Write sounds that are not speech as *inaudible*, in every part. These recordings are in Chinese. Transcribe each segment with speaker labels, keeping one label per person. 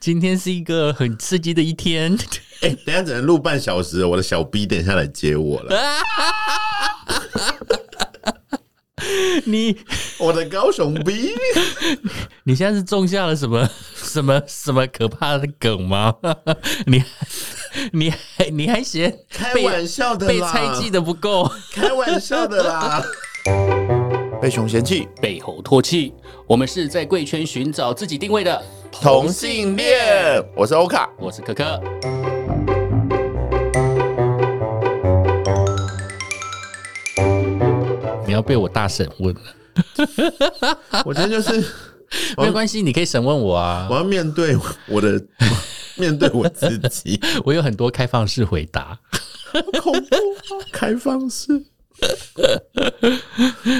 Speaker 1: 今天是一个很刺激的一天。 *laughs*
Speaker 2: *laughs* 哎、等一下只能录半小时，我的小 B 等一下来接我了。
Speaker 1: 啊你
Speaker 2: 我的高雄 B，
Speaker 1: 你现在是种下了什么 *laughs* 什么什么可怕的梗吗？ *laughs* 你你还你还嫌 *laughs*
Speaker 2: 开
Speaker 1: 被
Speaker 2: 玩笑的
Speaker 1: 被
Speaker 2: 啦，
Speaker 1: 猜忌的不够？
Speaker 2: *laughs* 开玩笑的
Speaker 1: *laughs*
Speaker 2: 啦。被熊嫌弃，
Speaker 3: 背后唾弃。我们是在贵圈寻找自己定位的
Speaker 2: 同性。恋，我是欧卡。
Speaker 3: 我是可可，
Speaker 1: 你要被我大审问了，啊
Speaker 2: 我今
Speaker 1: *laughs*
Speaker 2: 天就是
Speaker 1: 没有关系，你可以审问我啊
Speaker 2: 我，要面对我的，面对我自
Speaker 1: *laughs*
Speaker 2: 己，
Speaker 1: 我有很多开放式回答。
Speaker 2: 好恐怖啊，开放式。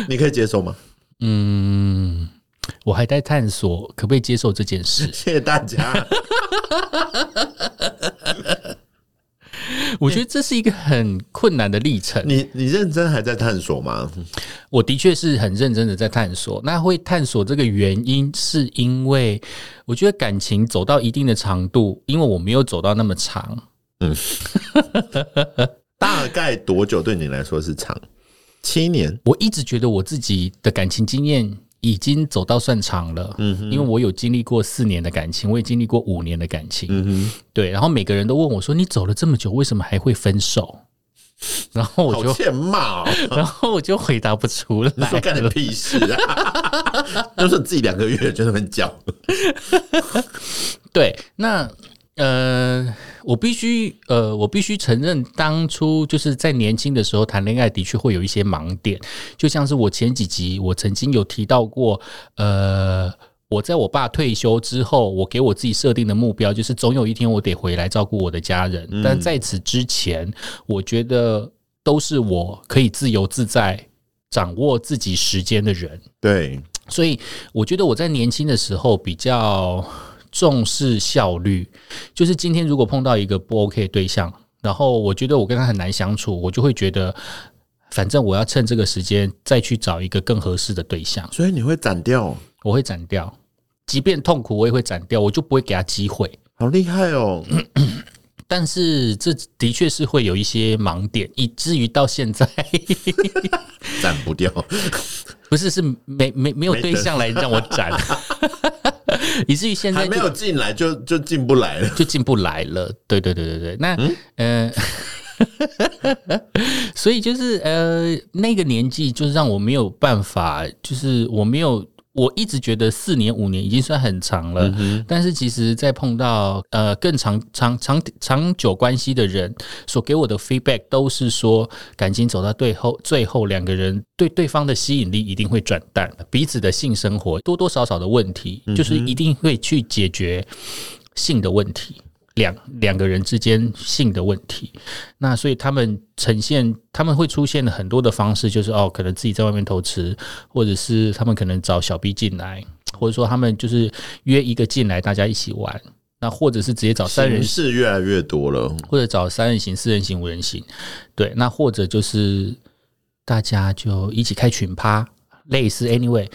Speaker 2: 你可以接受吗？
Speaker 1: 嗯，我还在探索可不可以接受这件事。
Speaker 2: *laughs* 谢谢
Speaker 1: *laughs*
Speaker 2: 大家。
Speaker 1: 我觉得这是一个很困难的历程。
Speaker 2: 你你认真还在探索吗？
Speaker 1: 我的确是很认真的在探索。那会探索这个原因，是因为我觉得感情走到一定的长度，因为我没有走到那么长，
Speaker 2: 大概多久对你来说是长？七年。
Speaker 1: 我一直觉得我自己的感情经验已经走到算长了。
Speaker 2: 嗯哼，
Speaker 1: 因为我有经历过四年的感情，我也经历过五年的感情，
Speaker 2: 嗯
Speaker 1: 对。然后每个人都问我说：“你走了这么久，为什么还会分手？”然后
Speaker 2: 哼，
Speaker 1: 我
Speaker 2: 好
Speaker 1: 就，
Speaker 2: 欠骂哦。
Speaker 1: *laughs* 然后我就回答不出来。
Speaker 2: *laughs* 你说干你屁事啊！ *laughs* 就是自己两个月就在那边叫，
Speaker 1: 对，那呃，我必须呃，我必须承认，当初就是在年轻的时候谈恋爱，的确会有一些盲点，就像是我前几集我曾经有提到过，呃。我在我爸退休之后，我给我自己设定的目标就是总有一天我得回来照顾我的家人。但在此之前，我觉得都是我可以自由自在掌握自己时间的人。
Speaker 2: 对，
Speaker 1: 所以我觉得我在年轻的时候比较重视效率，就是今天如果碰到一个不 OK 的对象，然后我觉得我跟他很难相处，我就会觉得，反正我要趁这个时间再去找一个更合适的对象，
Speaker 2: 所以你会斩掉，
Speaker 1: 我会斩掉，即便痛苦我也会斩掉，我就不会给他机会。
Speaker 2: 好厉害哦！
Speaker 1: 但是这的确是会有一些盲点，以至于到现在
Speaker 2: *coughs*
Speaker 1: *laughs*
Speaker 2: 斩不掉，
Speaker 1: 不是是没没没有
Speaker 2: 没得
Speaker 1: 对象来让我斩， *laughs* 以至于现在
Speaker 2: 还
Speaker 1: 就
Speaker 2: 没有进来就就进不来了。
Speaker 1: 就进不来了。对对对对对，那嗯、呃 *laughs* 所以就是呃，那个年纪就是让我没有办法，就是我没有。我一直觉得四年五年已经算很长了，但是其实，在碰到呃更长长长长久关系的人，所给我的 feedback 都是说，感情走到最后，最后两个人对对方的吸引力一定会转淡，彼此的性生活多多少少的问题，就是一定会去解决性的问题，两两个人之间性的问题。那所以他们呈现，他们会出现很多的方式，就是哦，可能自己在外面偷吃，或者是他们可能找小 B 进来，或者说他们就是约一个进来，大家一起玩。那或者是直接找哦三人
Speaker 2: 形式越来越多了，
Speaker 1: 或者找三人行、四人行、五人行，对，那或者就是大家就一起开群趴，类似 anyway，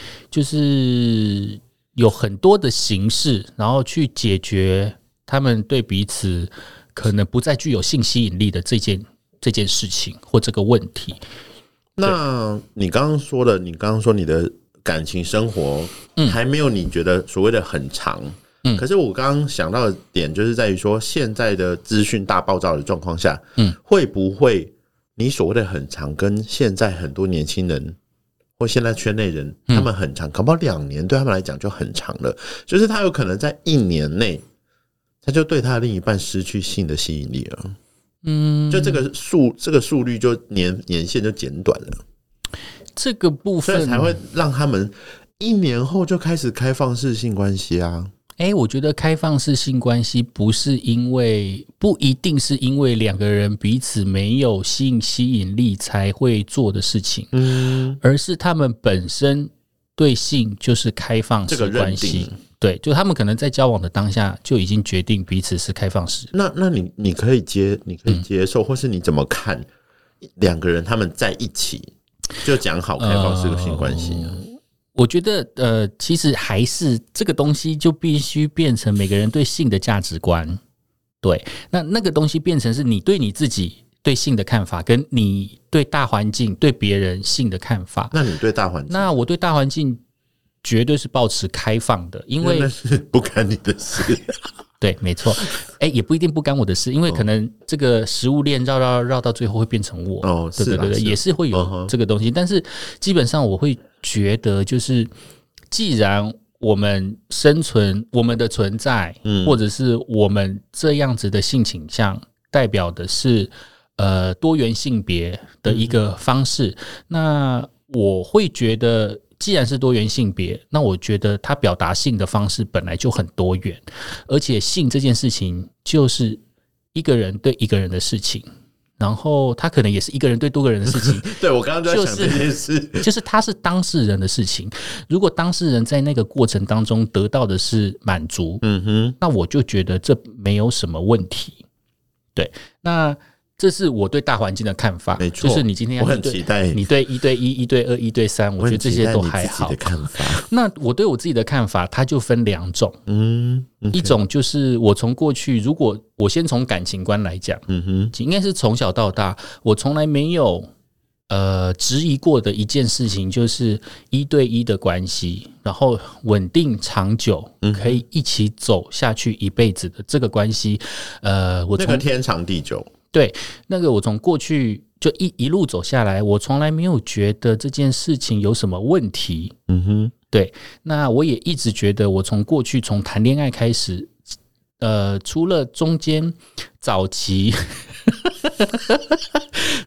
Speaker 1: 就是有很多的形式，然后去解决他们对彼此可能不再具有性吸引力的这件这件事情或这个问题。
Speaker 2: 那你刚刚说的，你刚刚说你的感情生活，还没有你觉得所谓的很长。
Speaker 1: 嗯
Speaker 2: 可是我刚刚想到的点就是在于说，现在的资讯大爆炸的状况下，
Speaker 1: 嗯，
Speaker 2: 会不会你所谓的很长，跟现在很多年轻人或现在圈内人，
Speaker 1: 嗯
Speaker 2: 他们很长，搞不好两年对他们来讲就很长了，就是他有可能在一年内，他就对他的另一半失去性的吸引力了，
Speaker 1: 嗯，
Speaker 2: 就这个速这个速率就年年限就减短了。
Speaker 1: 这个部
Speaker 2: 所以
Speaker 1: 分
Speaker 2: 才会让他们一年后就开始开放式性关系啊。
Speaker 1: 哎、我觉得开放式性关系不是因为不一定是因为两个人彼此没有性吸引力才会做的事情，
Speaker 2: 嗯，
Speaker 1: 而是他们本身对性就是开放
Speaker 2: 这
Speaker 1: 式
Speaker 2: 个认
Speaker 1: 关系
Speaker 2: 定。
Speaker 1: 对，就他们可能在交往的当下就已经决定彼此是开放式。
Speaker 2: 那那你你可以接，你可以接受，或是你怎么看
Speaker 1: 哦
Speaker 2: 两个人他们在一起就讲好开放式的性关系啊、
Speaker 1: 我觉得呃，其实还是这个东西就必须变成每个人对性的价值观。对，那那个东西变成是你对你自己对性的看法，跟你对大环境、对别人性的看法。
Speaker 2: 那你对大环境，
Speaker 1: 那我对大环境绝对是保持开放的，因为
Speaker 2: 那是不干你的
Speaker 1: *laughs*
Speaker 2: 事。
Speaker 1: 对，没
Speaker 2: *laughs*
Speaker 1: 错，哎、也不一定不干我的事，因
Speaker 2: 哦
Speaker 1: 为可能这个食物链绕绕绕到最后会变成我，
Speaker 2: 哦
Speaker 1: 对
Speaker 2: 是
Speaker 1: 对
Speaker 2: 啦
Speaker 1: 对对，
Speaker 2: 是啦
Speaker 1: 也是会
Speaker 2: 嗯哼
Speaker 1: 有这个东西，但是基本上我会觉得，就是既然我们生存，我们的存在，
Speaker 2: 嗯
Speaker 1: 或者是我们这样子的性倾向，代表的是呃多元性别的一个方式，那我会觉得。既然是多元性别，那我觉得它表达性的方式本来就很多元，而且性这件事情就是一个人对一个人的事情，然后他可能也是一个人对多个人的事情，
Speaker 2: 对我刚刚就在想
Speaker 1: 就是
Speaker 2: 这件事，
Speaker 1: 就是他是当事人的事情。如果当事人在那个过程当中得到的是满足，
Speaker 2: 嗯哼，
Speaker 1: 那我就觉得这没有什么问题。对，那这是我对大环境的看法，
Speaker 2: 没错
Speaker 1: 就是你今天要
Speaker 2: 我很
Speaker 1: 一对
Speaker 2: 期待
Speaker 1: 你对一对一、一对二、一对三，我觉得
Speaker 2: 很
Speaker 1: 这
Speaker 2: 期
Speaker 1: 些
Speaker 2: 待
Speaker 1: 都
Speaker 2: 你
Speaker 1: 还
Speaker 2: 自己
Speaker 1: 好
Speaker 2: 的。看法，
Speaker 1: *laughs* 那我对我自己的看法，它就分两种。
Speaker 2: 嗯嗯
Speaker 1: 一种就是我从过去，如果我先从感情观来讲，
Speaker 2: 嗯哼，
Speaker 1: 应该是从小到大，我从来没有呃质疑过的一件事情，就是一对一的关系，然后稳定长久，可以一起走下去一辈子的这个关系。呃，我
Speaker 2: 那
Speaker 1: 从、
Speaker 2: 个天长地久，
Speaker 1: 对那个我从过去就一一路走下来，我从来没有觉得这件事情有什么问题。
Speaker 2: 嗯哼，
Speaker 1: 对，那我也一直觉得，我从过去从谈恋爱开始，呃，除了中间早期，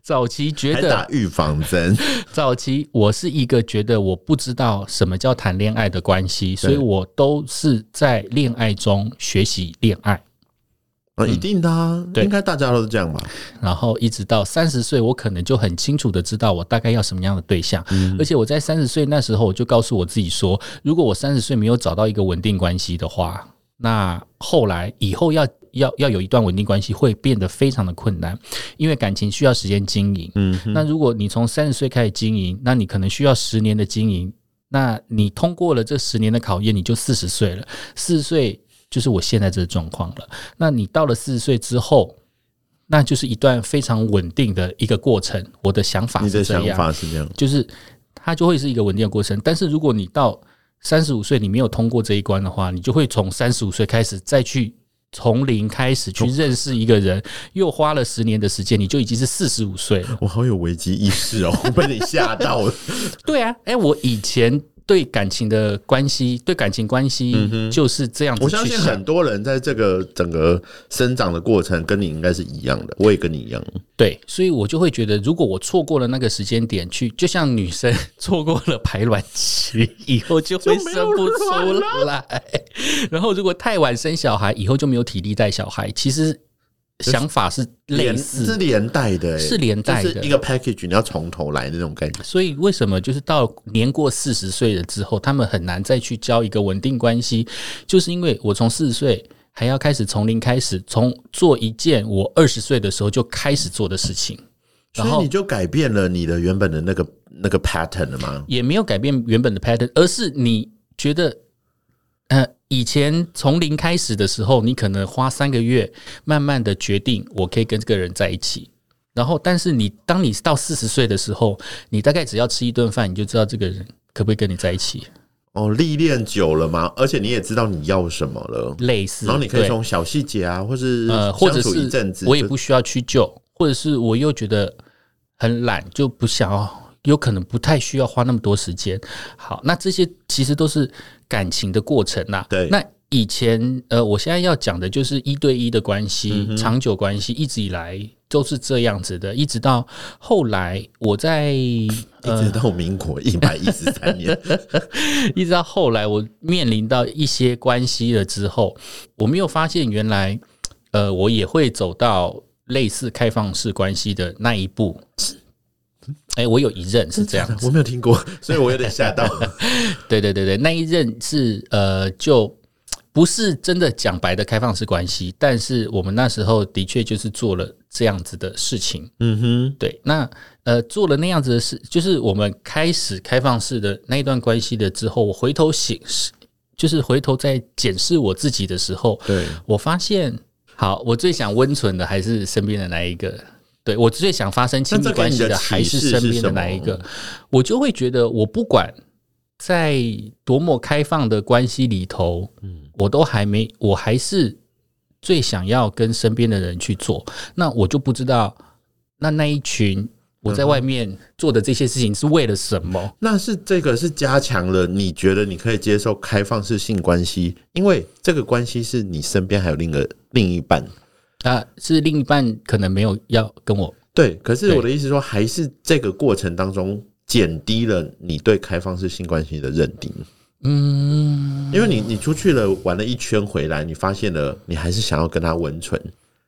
Speaker 1: 早期觉
Speaker 2: 还
Speaker 1: 得
Speaker 2: 打预防针，
Speaker 1: 早期我是一个觉得我不知道什么叫谈恋爱的关系，所以我都是在恋爱中学习恋爱，
Speaker 2: 啊，一定的啊，
Speaker 1: 嗯对
Speaker 2: 应该大家都是这样吧？
Speaker 1: 然后一直到三十岁，我可能就很清楚的知道我大概要什么样的对象，
Speaker 2: 嗯
Speaker 1: 而且我在三十岁那时候，我就告诉我自己说，如果我三十岁没有找到一个稳定关系的话，那后来以后要要要有一段稳定关系会变得非常的困难，因为感情需要时间经营。
Speaker 2: 嗯
Speaker 1: 那如果你从三十岁开始经营，那你可能需要十年的经营。那你通过了这十年的考验，你就四十岁了。四十岁就是我现在这个状况了。那你到了四十岁之后，那就是一段非常稳定的一个过程。我的想法
Speaker 2: 你的
Speaker 1: 是这
Speaker 2: 想
Speaker 1: 样。
Speaker 2: 法是这样，
Speaker 1: 就是它就会是一个稳定的过程。但是如果你到三十五岁你没有通过这一关的话，你就会从三十五岁开始再去从零开始去认识一个人，又花了十年的时间，你就已经是四十五岁了。
Speaker 2: 我好有危机意识哦，我 *laughs* 被你吓到
Speaker 1: *laughs*
Speaker 2: 了。
Speaker 1: 对啊，哎、我以前对感情的关系，对感情关系就是啊这样子
Speaker 2: 嗯我
Speaker 1: 去
Speaker 2: 相信
Speaker 1: 想
Speaker 2: 很多人在这个整个生长的过程跟你应该是一样的，我也跟你一样。
Speaker 1: 对，所以我就会觉得，如果我错过了那个时间点去，就像女生 *laughs* 错过了排卵期，以后就会
Speaker 2: 就没
Speaker 1: 生
Speaker 2: 有
Speaker 1: 不
Speaker 2: 卵
Speaker 1: 出来。然后如果太晚生小孩，以后就没有体力带小孩。其实想法是类
Speaker 2: 连
Speaker 1: 似
Speaker 2: 是连带的、欸，
Speaker 1: 是连带的
Speaker 2: 就是一个 package，你要从头来那种感觉。
Speaker 1: 所以为什么就是到年过四十岁了之后，他们很难再去交一个稳定关系，就是因为我从四十岁还要开始从零开始，从做一件我二十岁的时候就开始做的事情。
Speaker 2: 所
Speaker 1: 然
Speaker 2: 以
Speaker 1: 后
Speaker 2: 你就改变了你的原本的那个那个 pattern 了吗？
Speaker 1: 也没有改变原本的 pattern，而是你觉得，呃，以前从零开始的时候，你可能花三个月，慢慢的决定我可以跟这个人在一起。然后，但是你当你到四十岁的时候，你大概只要吃一顿饭，你就知道这个人可不可以跟你在一起，
Speaker 2: 哦，历练久了嘛，而且你也知道你要什么了，
Speaker 1: 类似。
Speaker 2: 然后你可以
Speaker 1: 对
Speaker 2: 从小细节啊，或是
Speaker 1: 呃，或者
Speaker 2: 相处一阵
Speaker 1: 是
Speaker 2: 子，
Speaker 1: 我也不需要去救，或者是我又觉得很懒，就不想要，有可能不太需要花那么多时间。好，那这些其实都是感情的过程啦、
Speaker 2: 对
Speaker 1: 那以前呃，我现在要讲的就是一对一的关
Speaker 2: 嗯
Speaker 1: 系，长久关系，一直以来都是这样子的，一直到后来我在
Speaker 2: 就
Speaker 1: 呃
Speaker 2: 一直到民国一百一十三年，
Speaker 1: *laughs* 一直到后来我面临到一些关系了之后，我没有发现原来，呃，我也会走到类似开放式关系的那一步。哎、我有一任是这样子，
Speaker 2: 我没有
Speaker 1: *laughs*
Speaker 2: *laughs* 听过，所以我有点吓到。
Speaker 1: 对对对对，那一任是呃，就不是真的讲白的开放式关系，但是我们那时候的确就是做了这样子的事情。
Speaker 2: 嗯哼，
Speaker 1: 对，那呃做了那样子的事，就是我们开始开放式的那一段关系了之后，我回头醒，就是回头在检视我自己的时候，
Speaker 2: 对，
Speaker 1: 我发现，好，我最想温存的还是身边的那一个。对我最想发生亲密
Speaker 2: 那这给
Speaker 1: 关
Speaker 2: 你
Speaker 1: 系
Speaker 2: 的
Speaker 1: 的还
Speaker 2: 启
Speaker 1: 是
Speaker 2: 示
Speaker 1: 身
Speaker 2: 是
Speaker 1: 边的
Speaker 2: 什么
Speaker 1: 那一个，我就会觉得我不管在多么开放的关系里头，
Speaker 2: 嗯
Speaker 1: 我都还没，我还是最想要跟身边的人去做。那我就不知道，那那一群我
Speaker 2: 嗯
Speaker 1: 在外面做的这些事情是为了什么？
Speaker 2: 那是这个是加强了，你觉得你可以接受开放式性关系，因为这个关系是你身边还有另一个另一半。
Speaker 1: 啊、是另一半可能没有要跟我
Speaker 2: 对，可是
Speaker 1: 对
Speaker 2: 我的意思说，还是这个过程当中减低了你对开放式性关系的认定，
Speaker 1: 嗯，
Speaker 2: 因为你你出去了玩了一圈回来，你发现了你还是想要跟他温存，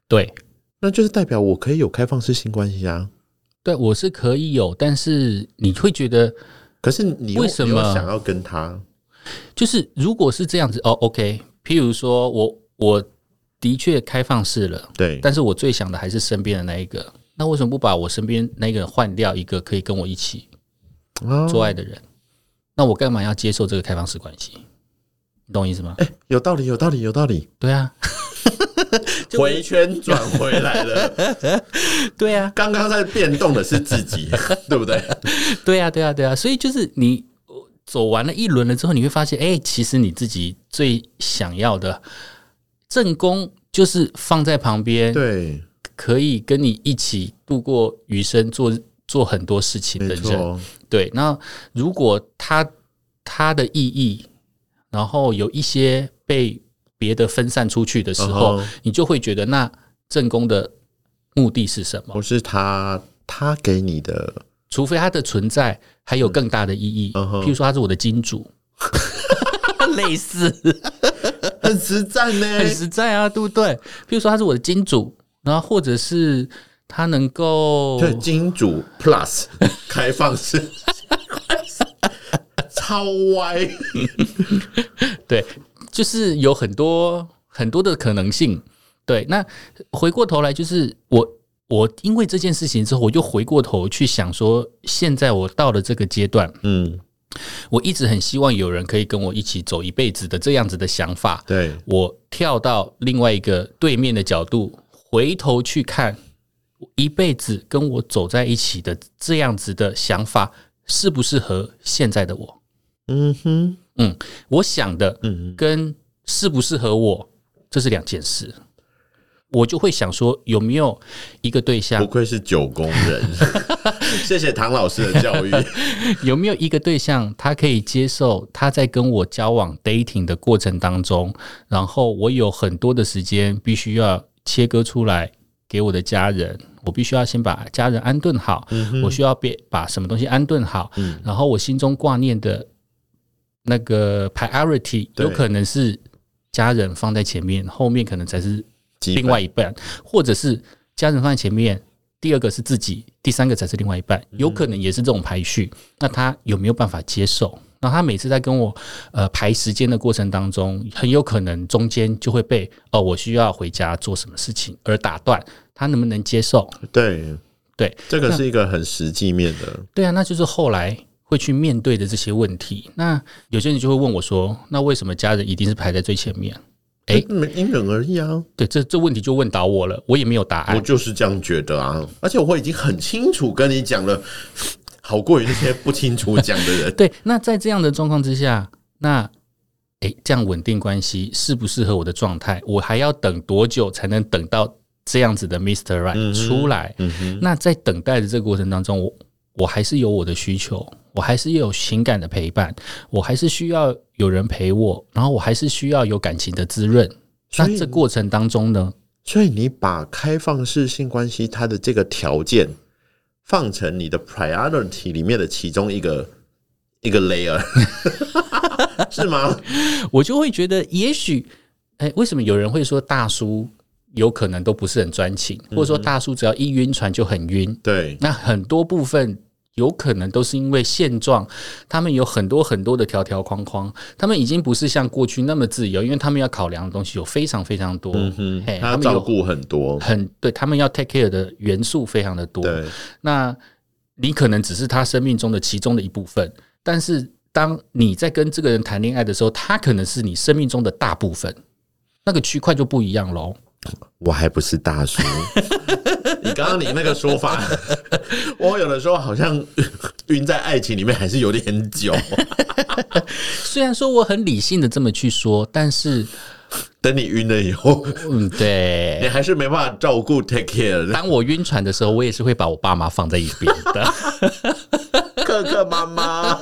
Speaker 1: 对
Speaker 2: 那就是代表我可以有开放式性关系啊。
Speaker 1: 对，我是可以有，但是你会觉得，
Speaker 2: 可是你又
Speaker 1: 为什么
Speaker 2: 你又想要跟他？
Speaker 1: 就是如果是这样子哦，OK，譬如说我我的确开放式了，
Speaker 2: 对，
Speaker 1: 但是我最想的还是身边的那一个，那为什么不把我身边那个人换掉一个可以跟我一起
Speaker 2: 啊
Speaker 1: 做爱的人？那我干嘛要接受这个开放式关系？你懂我意思吗？
Speaker 2: 哎有道理，有道理，有道理，
Speaker 1: 对啊，
Speaker 2: 回圈转回来了。
Speaker 1: *laughs* 对啊，
Speaker 2: 刚刚在变动的是自己， *laughs* 对不对？
Speaker 1: 对啊，对啊，对啊，所以就是你呃走完了一轮了之后，你会发现，哎、其实你自己最想要的正宫就是放在旁边，
Speaker 2: 对，
Speaker 1: 可以跟你一起度过余生，做做很多事情
Speaker 2: 没
Speaker 1: 的人。
Speaker 2: 错，
Speaker 1: 对，那如果他他的意义，然后有一些被别的分散出去的时候
Speaker 2: 嗯哼
Speaker 1: 你就会觉得那正宫的目的是什么？
Speaker 2: 不是他，他给你的，
Speaker 1: 除非它的存在还有更大的意义，
Speaker 2: 嗯哼
Speaker 1: 譬如说它是我的金
Speaker 2: *laughs*
Speaker 1: 主，类似
Speaker 2: 很实战呢。
Speaker 1: 很实在啊，对不对？譬如说它是我的金主，然后或者是它能够
Speaker 2: 对，金主 Plus 开放式，超歪。
Speaker 1: 对，就是有很多很多的可能性。对，那回过头来，就是我我因为这件事情之后，我就回过头去想说，现在我到了这个阶段，
Speaker 2: 嗯，
Speaker 1: 我一直很希望有人可以跟我一起走一辈子的这样子的想法。
Speaker 2: 对，
Speaker 1: 我跳到另外一个对面的角度，回头去看一辈子跟我走在一起的这样子的想法，适不适合现在的我？
Speaker 2: 嗯哼，
Speaker 1: 我想的
Speaker 2: 嗯，
Speaker 1: 跟适不适合我，这是两件事。我就会想说，有没有一个对
Speaker 2: 不
Speaker 1: 象，
Speaker 2: 愧是九宫人， *laughs* 谢谢唐老师的教育。
Speaker 1: 有没有一个对象，他可以接受他在跟我交往 dating 的过程当中，然后我有很多的时间必须要切割出来给我的家人，我必须要先把家人安顿好，我需要别把什么东西安顿好，然后我心中挂念的那个 priority
Speaker 2: 对
Speaker 1: 有可能是家人放在前面，后面可能才是
Speaker 2: 基本
Speaker 1: *laughs* 另外一半，或者是家人放在前面，第二个是自己，第三个才是另外一半，有可能也是这种排序。那他有没有办法接受？那他每次在跟我呃排时间的过程当中，很有可能中间就会被哦，我需要回家做什么事情而打断，他能不能接受？
Speaker 2: 对
Speaker 1: 对，
Speaker 2: 这个是一个很实际面的。
Speaker 1: 对啊，那就是后来会去面对的这些问题。那有些人就会问我说，那为什么家人一定是排在最前面？哎
Speaker 2: 诶，因人而异啊，
Speaker 1: 对，这这问题就问倒我了，我也没有答
Speaker 2: 我
Speaker 1: 案。
Speaker 2: 就是这样觉得啊，而且我已经很清楚跟你讲了， *laughs* 好过于那些不清楚讲的人。 *laughs*
Speaker 1: 对，那在这样的状况之下，那诶，这样稳定关系适不适合我的状态？我还要等多久才能等到这样子的 Mr. Right、
Speaker 2: 嗯哼
Speaker 1: 出来？
Speaker 2: 嗯哼，
Speaker 1: 那在等待的这个过程当中，我我还是有我的需求，我还是有情感的陪伴，我还是需要有人陪我，然后我还是需要有感情的滋润。
Speaker 2: 所
Speaker 1: 那
Speaker 2: 以
Speaker 1: 这过程当中呢，
Speaker 2: 所以你把开放式性关系它的这个条件放成你的 priority 里面的其中一个一个 layer，是 *laughs* 吗？
Speaker 1: 我就会觉得，也许，哎、为什么有人会说大叔有可
Speaker 2: 嗯
Speaker 1: 能都不是很专情，或者说大叔只要一晕船就很晕？
Speaker 2: 对，
Speaker 1: 那很多部分有可能都是因为现状，他们有很多很多的条条框框，他们已经不是像过去那么自由，因为他们要考量的东西有非常非常多，
Speaker 2: 嗯
Speaker 1: 嘿
Speaker 2: 哼，
Speaker 1: 他
Speaker 2: 他
Speaker 1: 们
Speaker 2: 照
Speaker 1: 有
Speaker 2: 顾很多，
Speaker 1: 很对他们要 take care 的元素非常的多。
Speaker 2: 对，
Speaker 1: 那你可能只是他生命中的其中的一部分，但是当你在跟这个人谈恋爱的时候，他可能是你生命中的大部分，那个区块就不一样喽。
Speaker 2: 我还不是大叔。 *laughs* 你刚刚你那个说法， *laughs* 我有的时候好像晕在爱情里面，还是有点久。
Speaker 1: 虽然说我很理性的这么去说，但是，
Speaker 2: 等你晕了以后，
Speaker 1: 嗯，
Speaker 2: 你
Speaker 1: 对。
Speaker 2: 还是没办法照顾
Speaker 1: *laughs*
Speaker 2: take care
Speaker 1: 当我晕船的时候，我也是会把我爸妈放在一边的，
Speaker 2: 克克妈妈。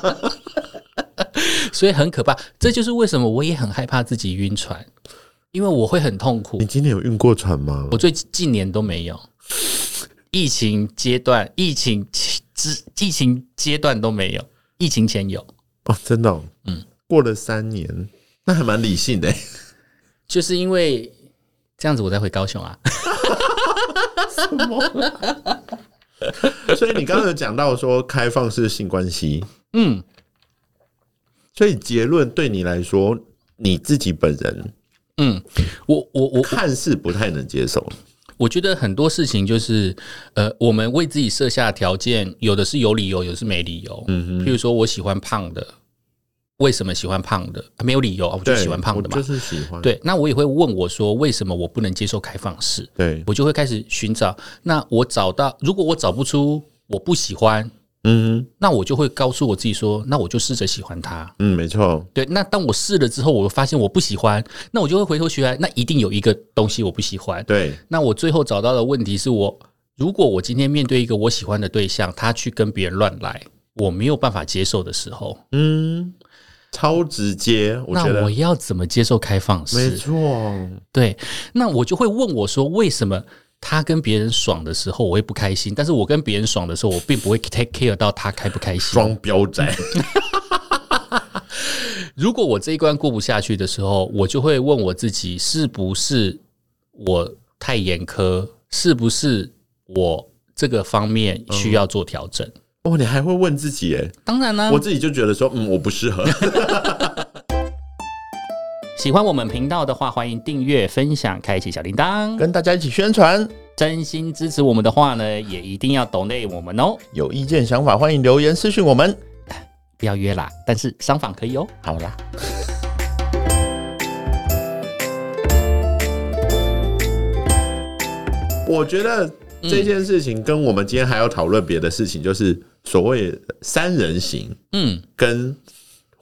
Speaker 1: 所以很可怕。这就是为什么我也很害怕自己晕船，因为我会很痛苦
Speaker 2: *laughs* 你。今年有晕过船吗
Speaker 1: 我？最近年都没有，疫情阶段、疫情之疫情阶段都没有，疫情前有，
Speaker 2: 哦，真的、哦，嗯，过了三年，那还蛮理性的。
Speaker 1: 就是因为这样子我才回高雄啊。
Speaker 2: *laughs* 所以你刚刚有讲到说开放式性关系，
Speaker 1: 嗯，
Speaker 2: 所以结论对你来说，你自己本人
Speaker 1: 我我我
Speaker 2: 看似不太能接受。
Speaker 1: 我觉得很多事情就是，呃，我们为自己设下条件，有的是有理由，有的是没理由。嗯譬如说我喜欢胖的，为什么喜欢胖的？没有理由啊，我就
Speaker 2: 对，
Speaker 1: 喜欢胖的
Speaker 2: 我
Speaker 1: 嘛
Speaker 2: 就。是喜欢。
Speaker 1: 对，那我也会问我说，为什么我不能接受开放式？
Speaker 2: 对，
Speaker 1: 我就会开始寻找。那我找到，如果我找不出我不喜欢，
Speaker 2: 嗯
Speaker 1: 那我就会告诉我自己说，那我就试着喜欢它。
Speaker 2: 嗯，没错。
Speaker 1: 对，那当我试了之后，我发现我不喜欢，那我就会回头学来，那一定有一个东西我不喜欢。
Speaker 2: 对，
Speaker 1: 那我最后找到的问题是我，如果我今天面对一个我喜欢的对象，他去跟别人乱来，我没有办法接受的时候，
Speaker 2: 嗯，超直接，我觉
Speaker 1: 那
Speaker 2: 得
Speaker 1: 我要怎么接受开放
Speaker 2: 没
Speaker 1: 式？
Speaker 2: 错。
Speaker 1: 对，那我就会问我说，为什么他跟别人爽的时候我会不开心，但是我跟别人爽的时候，我并不会 take care 到他开不开心。
Speaker 2: 双标仔，
Speaker 1: 如果我这一关过不下去的时候，我就会问我自己，是不是我太严苛？是不是我这个方面
Speaker 2: 嗯
Speaker 1: 需要做调整？
Speaker 2: 哦，你还会问自己耶？
Speaker 1: 当然啦、
Speaker 2: 我自己就觉得说，嗯，我不适合。
Speaker 1: 喜欢我们频道的话，欢迎订阅、分享、开启小铃铛。
Speaker 2: *laughs* 跟大家一起宣传，
Speaker 1: 真心支持我们的话呢，也一定要懂内我们哦，
Speaker 2: 有意见想法欢迎留言私讯我们。
Speaker 1: 不要约啦，但是商访可以哦。
Speaker 2: 好啦， *laughs* 我觉得这件事情跟我们今天还要讨论别的事情，就是所谓三人行，
Speaker 1: 嗯，
Speaker 2: 跟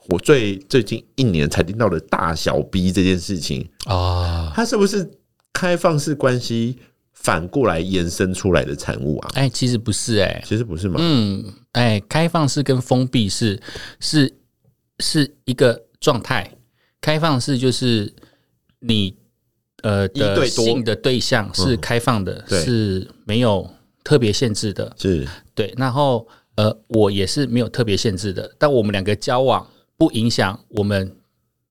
Speaker 2: 我最最近一年才听到的大小 B 这件事情，
Speaker 1: 啊，
Speaker 2: 它是不是开放式关系反过来延伸出来的产物啊？
Speaker 1: 哎，其实不是哎、
Speaker 2: 其实不是嘛，
Speaker 1: 嗯，哎，开放式跟封闭式是是一个状态。开放式就是你呃的
Speaker 2: 一对多嗯
Speaker 1: 性的对象是开放的，
Speaker 2: 对
Speaker 1: 是没有特别限制的。
Speaker 2: 是
Speaker 1: 对，然后呃，我也是没有特别限制的，但我们两个交往不影响我们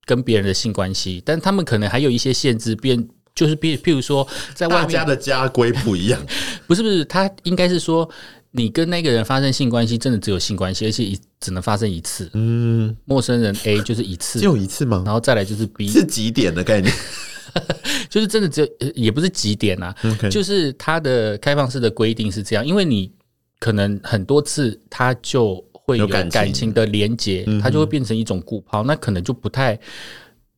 Speaker 1: 跟别人的性关系，但他们可能还有一些限制，变就是譬譬如说在外
Speaker 2: 大
Speaker 1: 面
Speaker 2: 家的家规不一
Speaker 1: *laughs*
Speaker 2: 样，
Speaker 1: 不是不是，他应该是说你跟那个人发生性关系，真的只有性关系，而且一只能发生一次。
Speaker 2: 嗯，
Speaker 1: 陌生人 A 就是一次
Speaker 2: 只，有一次吗？
Speaker 1: 然后再来就是 B，
Speaker 2: 是几点的
Speaker 1: *laughs*
Speaker 2: 概念？
Speaker 1: 就是真的只有呃也不是几点啊，
Speaker 2: 嗯
Speaker 1: 就是它的开放式的规定是这样，因为你可能很多次它就会有
Speaker 2: 有感情嗯
Speaker 1: 感情的连接，它就会变成一种固泡，那可能就不太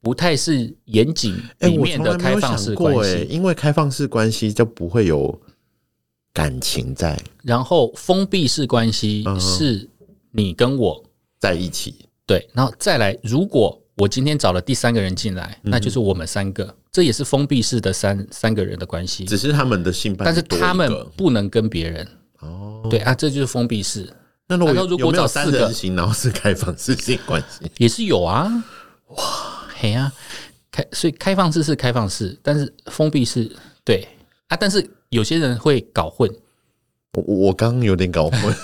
Speaker 1: 不太是严谨
Speaker 2: 哎、
Speaker 1: 里
Speaker 2: 我
Speaker 1: 面
Speaker 2: 从
Speaker 1: 的
Speaker 2: 来没
Speaker 1: 开
Speaker 2: 有
Speaker 1: 放
Speaker 2: 想
Speaker 1: 式
Speaker 2: 过
Speaker 1: 关
Speaker 2: 哎、
Speaker 1: 系，
Speaker 2: 因为开放式关系就不会有感情在
Speaker 1: 然后封闭式关系
Speaker 2: 嗯哼
Speaker 1: 是你跟我。
Speaker 2: 在一起。
Speaker 1: 对，然后再来，如果我今天找了第三个人进
Speaker 2: 嗯
Speaker 1: 来，那就是我们三个，这也是封闭式的三三个人的关系，
Speaker 2: 只是他们的性
Speaker 1: 嗯
Speaker 2: 伴
Speaker 1: 但
Speaker 2: 侣
Speaker 1: 是
Speaker 2: 多一
Speaker 1: 他们
Speaker 2: 个
Speaker 1: 不能跟别人。
Speaker 2: 哦，
Speaker 1: 对啊，这就是封闭式，
Speaker 2: 那如果
Speaker 1: 那如果
Speaker 2: 有没有
Speaker 1: 找
Speaker 2: 三
Speaker 1: 四个
Speaker 2: 人行，然后是开放式性关系？
Speaker 1: *laughs* 也是有啊。哇，嘿呀、啊，开所以开放式是开放式，但是封闭式对啊，但是有些人会搞混，
Speaker 2: 我我我刚刚有点搞混，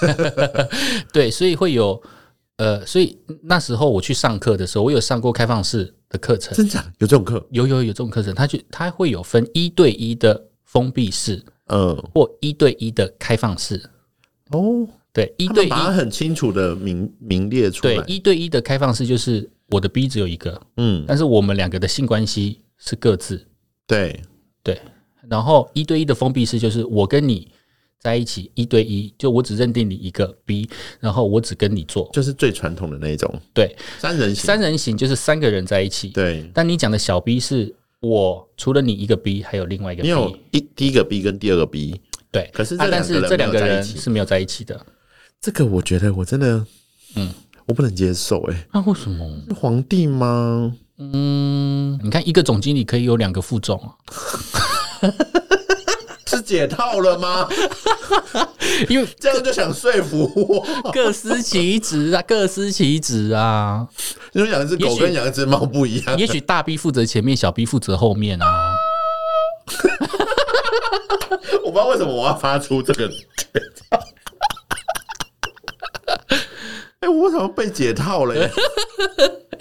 Speaker 1: 对，所以会有呃，所以那时候我去上课的时候，我有上过开放式的课程，
Speaker 2: *laughs* 真假有这种课？
Speaker 1: 有有有这种课程，它就它会有分一对一的封闭式。
Speaker 2: 嗯，
Speaker 1: 或一对一的开放式。
Speaker 2: 哦，
Speaker 1: 对，一
Speaker 2: 他
Speaker 1: 对
Speaker 2: 们
Speaker 1: 一，
Speaker 2: 把它很清楚的明明列出
Speaker 1: 对
Speaker 2: 来。
Speaker 1: 一对一的开放式就是我的 B 只有一个，
Speaker 2: 嗯，
Speaker 1: 但是我们两个的性关系是各自
Speaker 2: 对，
Speaker 1: 对，然后一对一的封闭式就是我跟你在一起一对一，就我只认定你一个 B，然后我只跟你做
Speaker 2: 就是最传统的那种
Speaker 1: 对，
Speaker 2: 三人行。
Speaker 1: 三人行就是三个人在一起，
Speaker 2: 对，
Speaker 1: 但你讲的小 B 是我除了你一个 B，还有另外一个
Speaker 2: 你有
Speaker 1: B，
Speaker 2: 一第一个 B 跟第二个 B，
Speaker 1: 对，
Speaker 2: 可是
Speaker 1: 啊但
Speaker 2: 这两个
Speaker 1: 是
Speaker 2: 人
Speaker 1: 这
Speaker 2: 没有
Speaker 1: 两个
Speaker 2: 在一
Speaker 1: 人
Speaker 2: 起
Speaker 1: 是没有在一起的，
Speaker 2: 这个我觉得我真的，
Speaker 1: 嗯
Speaker 2: 嗯，我不能接受、欸。
Speaker 1: 那为什么？
Speaker 2: 哎，皇帝吗？
Speaker 1: 嗯，你看一个总经理可以有两个副总
Speaker 2: *laughs*
Speaker 1: 啊，
Speaker 2: 是解套了吗？ *laughs*
Speaker 1: 因为
Speaker 2: 这样就想说服我？
Speaker 1: *laughs* 各司其职啊，各司其职 *laughs* 啊。
Speaker 2: 你说养一只
Speaker 1: 也
Speaker 2: 狗
Speaker 1: 许
Speaker 2: 跟养一只猫不一样，
Speaker 1: 也许大 B 负责前面，小 B 负责后面啊。
Speaker 2: 我不知道为什么我要发出这个 *laughs* 解套。哎、我为什么被解套了欸耶？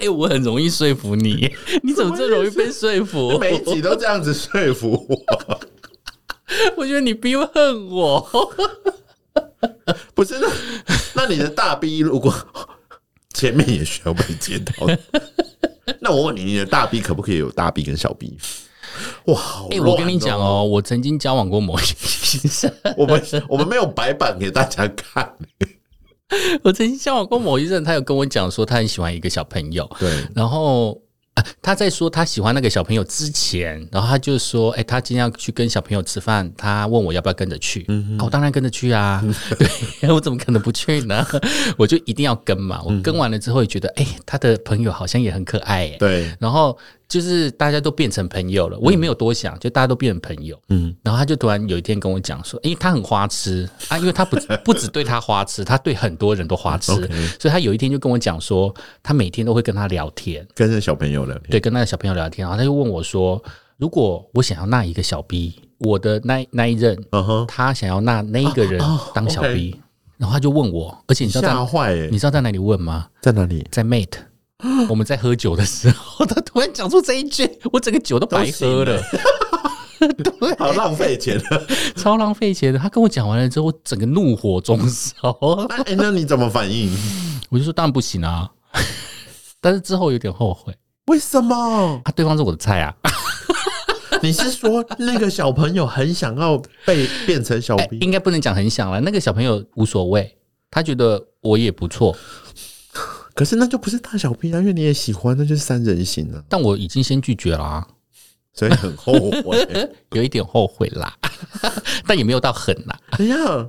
Speaker 1: *laughs* 哎、我很容易说服 *laughs* 你，你怎么这容易被说服？
Speaker 2: 每一集都这样子说服我，
Speaker 1: *laughs* 我觉得你 B 会恨我。
Speaker 2: 不是？那那你的大 B 如果前面也需要被解
Speaker 1: *laughs*
Speaker 2: 套，那我问你，你的大 B 可不可以有大 B 跟小 B？哇，好
Speaker 1: 哎、
Speaker 2: 乱
Speaker 1: 我跟你讲哦，我曾经交往过某一个先生， *laughs*
Speaker 2: 我们我们没有白板给大家看。
Speaker 1: 我曾经交往过某一任，他有跟我讲说他很喜欢一个小朋友，
Speaker 2: 对，
Speaker 1: 然后。啊他在说他喜欢那个小朋友之前，然后他就说：“哎、他今天要去跟小朋友吃饭，他问我要不要跟着去。啊我当然跟着去啊，对我怎么可能不去呢？ *laughs* 我就一定要跟嘛。我跟完了之后也觉得，哎、他的朋友好像也很可爱耶、
Speaker 2: 对，
Speaker 1: 然后就是大家都变成朋友了，我也没有多想，就大家都变成朋友。
Speaker 2: 嗯，
Speaker 1: 然后他就突然有一天跟我讲说，因为他很花痴啊，因为
Speaker 2: *laughs*
Speaker 1: 他不不只对他花痴，他对很多人都花痴，
Speaker 2: OK
Speaker 1: 所以他有一天就跟我讲说，他每天都会跟他聊天，
Speaker 2: 跟着小朋友聊天。
Speaker 1: 对，跟那个小朋友聊天，然后他就问我说，如果我想要纳一个小 B，我的那那一任，
Speaker 2: 嗯哼，
Speaker 1: 他想要纳那一个人
Speaker 2: 哦哦
Speaker 1: 当小
Speaker 2: OK
Speaker 1: B，、然后他就问我，而且你知道在
Speaker 2: 吓坏欸耶！
Speaker 1: 你知道在哪里问吗？
Speaker 2: 在哪里？
Speaker 1: 在 *gasps* mate，我们在喝酒的时候，他突然讲出这一句，我整个酒都白喝了，
Speaker 2: 好浪费钱。
Speaker 1: *laughs* 超浪费钱的。他跟我讲完了之后，我整个怒火中烧，
Speaker 2: 那 *laughs* 哎，那你怎么反应？
Speaker 1: *laughs* 我就说当然不行啊。 *laughs* 但是之后有点后悔
Speaker 2: 为什么？
Speaker 1: 啊，对方是我的菜啊，
Speaker 2: 你是说那个小朋友很想要被变成小
Speaker 1: 哎
Speaker 2: B？
Speaker 1: 应该不能讲很想了。那个小朋友无所谓，他觉得我也不错，
Speaker 2: 可是那就不是大小 B 啊，因为你也喜欢，那就是三人行啊，
Speaker 1: 但我已经先拒绝了、啊，
Speaker 2: 所以很后悔。
Speaker 1: 有一点后悔啦， *laughs* 但也没有到狠啦。
Speaker 2: *laughs* 哎呀，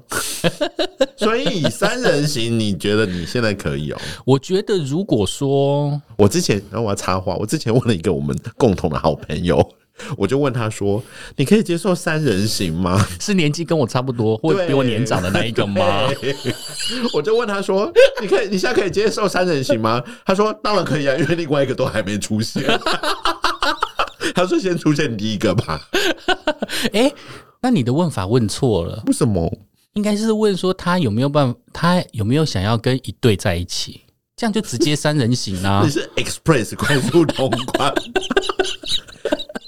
Speaker 2: 所以三人行，你觉得你现在可以哦？
Speaker 1: 我觉得如果说
Speaker 2: 我之前，然后我要插话，我之前问了一个我们共同的好朋友，我就问他说：“你可以接受三人行吗 *laughs*
Speaker 1: 是年纪跟我差不多或
Speaker 2: 对
Speaker 1: 比我年长的那一个吗？？”
Speaker 2: 我就问他说：“你可以，你现在可以接受三人行吗？”他说：“当然可以啊，因为另外一个都还没出现。” *laughs* 他说：“先出现第一个吧。
Speaker 1: 哎、那你的问法问错了”，
Speaker 2: 为什么？
Speaker 1: 应该是问说他有没有办法，他有没有想要跟一对在一起，这样就直接三人行啊
Speaker 2: 你 *laughs* 。是 Express 快速通关？ *laughs*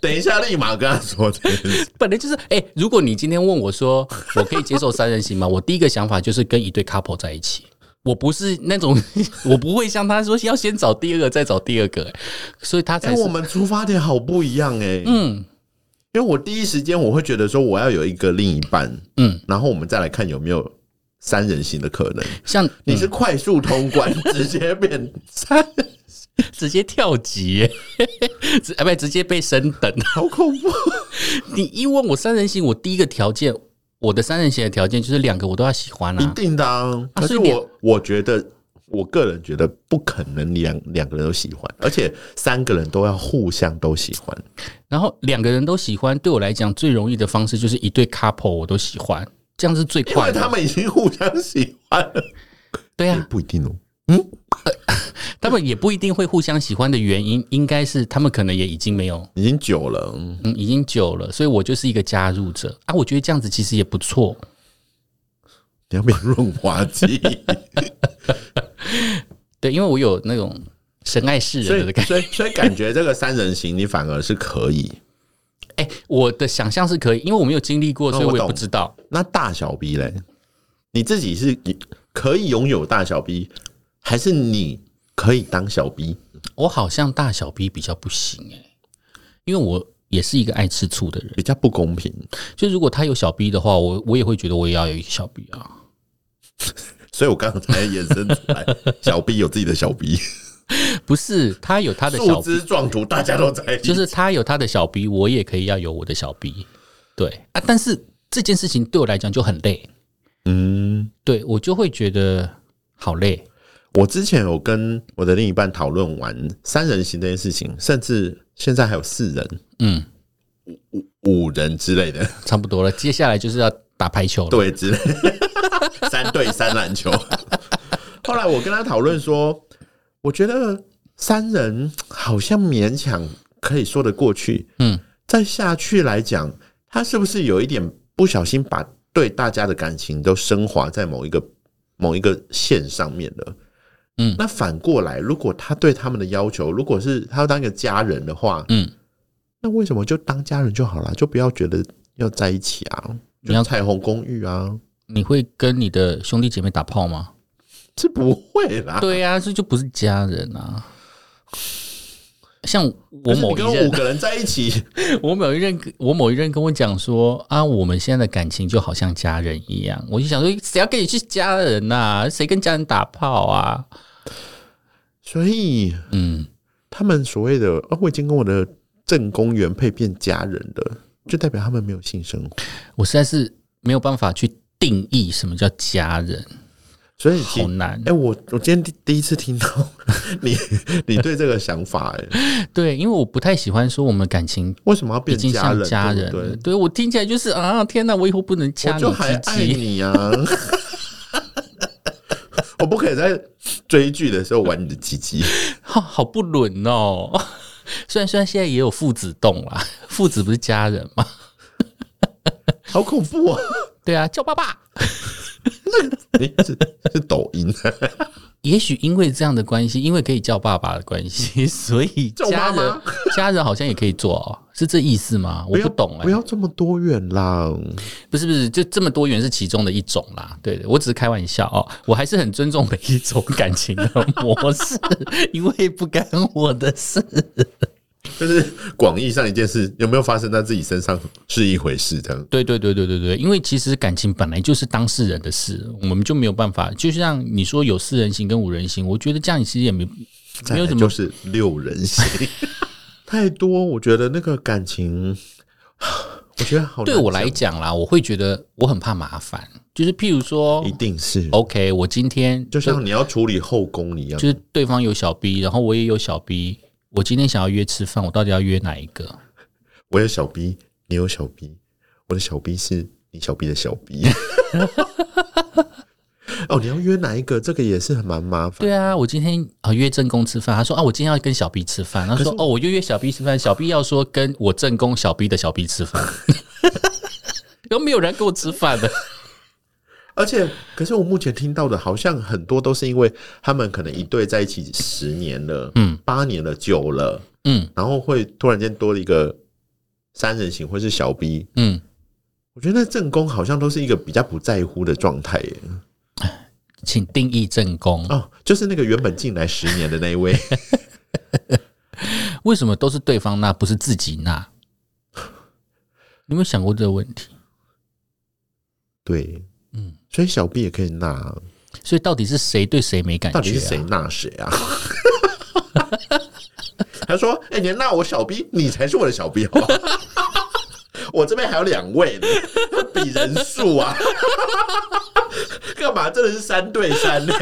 Speaker 2: 等一下，立马跟他说这件事。
Speaker 1: 本来就是，哎、如果你今天问我说我可以接受三人行吗？我第一个想法就是跟一对 couple 在一起。我不是那种， *laughs* 我不会像他说要先找第二个，再找第二个、哎所以他
Speaker 2: 哎、
Speaker 1: 才是、
Speaker 2: 我们出发点好不一样哎、
Speaker 1: 嗯
Speaker 2: 因为我第一时间我会觉得说我要有一个另一半，
Speaker 1: 嗯，
Speaker 2: 然后我们再来看有没有三人行的可能。
Speaker 1: 像
Speaker 2: 你是快速通关，直接变三，
Speaker 1: 直接跳级、 *laughs* 哎直啊不直接被升等。 *laughs*
Speaker 2: 好恐 *laughs* 怖！
Speaker 1: 你一问我三人行，我第一个条件，我的三人行的条件就是两个我都要喜欢
Speaker 2: 一
Speaker 1: 啊。
Speaker 2: 定的、啊。
Speaker 1: 啊
Speaker 2: 可是
Speaker 1: 所以你
Speaker 2: 我我觉得，我个人觉得不可能两两个人都喜欢，而且三个人都要互相都喜欢。
Speaker 1: 然后两个人都喜欢，对我来讲最容易的方式就是一对 couple 我都喜欢，这样是最
Speaker 2: 因为
Speaker 1: 快的。
Speaker 2: 他们已经互相喜欢 *laughs* 了，
Speaker 1: 对
Speaker 2: 也
Speaker 1: 啊，
Speaker 2: 不一定哦。
Speaker 1: 他们也不一定会互相喜欢的原因，应该是他们可能也已经没有，
Speaker 2: 已经久了，嗯
Speaker 1: 嗯，已经久了，所以我就是一个加入者啊。我觉得这样子其实也不错。
Speaker 2: 你要变润滑剂，
Speaker 1: 对，因为我有那种神爱世
Speaker 2: 所
Speaker 1: 人的
Speaker 2: 以
Speaker 1: 感觉。
Speaker 2: 所以所以感觉这个三人行你反而是
Speaker 1: *laughs*
Speaker 2: 可以。
Speaker 1: 哎、我的想象是可以，因为我没有经历过，
Speaker 2: 哦
Speaker 1: 所以
Speaker 2: 我
Speaker 1: 我也
Speaker 2: 懂
Speaker 1: 不知道。
Speaker 2: 那大小 B 嘞？你自己是可以拥有大小 B，还是你可以当小 B？
Speaker 1: 我好像大小 B 比较不行哎、因为我也是一个爱吃醋的人。
Speaker 2: 比较不公平。
Speaker 1: 就如果他有小 B 的话，我我也会觉得我也要有一个小 B 啊。
Speaker 2: 所以我刚才衍生出来，小 B 有自己的小 B，
Speaker 1: 不是，他有他的
Speaker 2: 树
Speaker 1: 小 B，
Speaker 2: 枝撞竹，大家都在一起，
Speaker 1: 就是他有他的小 B，我也可以要有我的小 B。对啊，但是这件事情对我来讲就很累，
Speaker 2: 嗯。
Speaker 1: 对我就会觉得好累。
Speaker 2: 我之前有跟我的另一半讨论完三人行这件事情，甚至现在还有四人、
Speaker 1: 嗯，
Speaker 2: 五人之类的，
Speaker 1: 差不多了，接下来就是要打排球了。
Speaker 2: 对之类 *laughs* 的三对三篮球。后来我跟他讨论说，我觉得三人好像勉强可以说得过去，
Speaker 1: 嗯，
Speaker 2: 再下去来讲，他是不是有一点不小心把对大家的感情都升华在某一个某一个线上面了？
Speaker 1: 嗯
Speaker 2: 那反过来，如果他对他们的要求，如果是他要当一个家人的话，
Speaker 1: 嗯，
Speaker 2: 那为什么就当家人就好了？就不要觉得要在一起啊，
Speaker 1: 你要
Speaker 2: 就彩虹公寓啊，
Speaker 1: 你会跟你的兄弟姐妹打炮吗？
Speaker 2: 这不会啦。
Speaker 1: 对呀、这就不是家人啊。像我
Speaker 2: 可是
Speaker 1: 某
Speaker 2: 你
Speaker 1: 一
Speaker 2: 跟
Speaker 1: 任
Speaker 2: 五，个人在一起，
Speaker 1: *laughs* 我某一任，我某一任跟我讲说啊，我们现在的感情就好像家人一样。我就想说，谁要跟你去家人呐、谁跟家人打炮啊？
Speaker 2: 所以
Speaker 1: *laughs* 嗯，
Speaker 2: 他们所谓的哦，我已经跟我的正宫原配变家人了，就代表他们没有性生活。
Speaker 1: 我实在是没有办法去定义什么叫家人，
Speaker 2: 所以其
Speaker 1: 好难
Speaker 2: 哎、。我我今天第第一次听到你 *laughs* 你对这个想法、哎，
Speaker 1: 对，因为我不太喜欢说我们感情
Speaker 2: 为什么要
Speaker 1: 已
Speaker 2: 变
Speaker 1: 经
Speaker 2: 家
Speaker 1: 像
Speaker 2: 人？
Speaker 1: 家人
Speaker 2: 对不
Speaker 1: 了。
Speaker 2: 对，
Speaker 1: 对我听起来就是啊，天哪，我以后不能掐
Speaker 2: 我
Speaker 1: 你
Speaker 2: 就还爱
Speaker 1: 鸡鸡。
Speaker 2: 你啊！ *laughs* 我不可以在追剧的时候玩你的鸡鸡，
Speaker 1: *laughs* 好好不伦哦。 *laughs* 虽然虽然现在也有父子洞啦， *laughs* 父子不是家人嘛？
Speaker 2: 好恐怖啊！ *laughs*
Speaker 1: 对啊，叫爸爸。
Speaker 2: 哎、是是抖音，啊
Speaker 1: 也许因为这样的关系，因为可以叫爸爸的关系， *laughs* 所以
Speaker 2: 叫
Speaker 1: 家
Speaker 2: 妈
Speaker 1: 人
Speaker 2: 妈
Speaker 1: 家人好像也可以做哦，是这意思吗？我
Speaker 2: 要
Speaker 1: 不懂哎、
Speaker 2: 不要这么多远啦！
Speaker 1: 不是不是，就这么多元是其中的一种啦。对对，我只是开玩笑哦，我还是很尊重每一种感情的模式，因为不干我的事。
Speaker 2: 就是广义上一件事，有没有发生在自己身上是一回事，这样
Speaker 1: 对对对对对对，因为其实感情本来就是当事人的事，我们就没有办法。就像你说有四人行跟五人行，我觉得这样其实也没没有什
Speaker 2: 再来
Speaker 1: 么
Speaker 2: 就。是六人行， *laughs* 太多，我觉得那个感情，我觉得好难
Speaker 1: 对我来
Speaker 2: 讲
Speaker 1: 讲啦，我会觉得我很怕麻烦，就是譬如说
Speaker 2: 一定是
Speaker 1: ，OK，我今天
Speaker 2: 哎就像你要处理后宫一样，
Speaker 1: 哦就是对方有小 B，然后我也有小 B，我今天想要约吃饭，我到底要约哪一个？
Speaker 2: 我有小 B，你有小 B，我的小 B 是你小 B 的小
Speaker 1: *laughs*
Speaker 2: B。哦，你要约哪一个？这个也是很蛮麻烦。
Speaker 1: 对啊，我今天啊约正宫吃饭，他说啊我今天要跟小 B 吃饭，他说哦我就约小 B 吃饭，小 B 要说跟我正宫小 B 的小 B 吃饭， *laughs* 有没有人跟我吃饭的？
Speaker 2: 而且，可是我目前听到的，好像很多都是因为他们可能一对在一起十年了，
Speaker 1: 嗯，
Speaker 2: 八年了，久了，
Speaker 1: 嗯
Speaker 2: 然后会突然间多了一个三人行或是小 B。
Speaker 1: 嗯，
Speaker 2: 我觉得正宫好像都是一个比较不在乎的状态耶。
Speaker 1: 嗯请定义正宫。
Speaker 2: 哦，就是那个原本进来十年的那一
Speaker 1: *laughs*
Speaker 2: 位，
Speaker 1: 为什么都是对方那，不是自己那？你有没有想过这个问题？
Speaker 2: 对，
Speaker 1: 嗯，
Speaker 2: 所以小 B 也可以纳，啊
Speaker 1: 所以到底是谁对谁没感觉、
Speaker 2: 到
Speaker 1: 啊？
Speaker 2: 底是谁纳谁啊？ *laughs* 他说：“哎、你纳我小 B，你才是我的小 B，好不好？ *laughs* 我这边还有两位呢，比人数啊， *laughs* 干嘛？真的是三对三呢、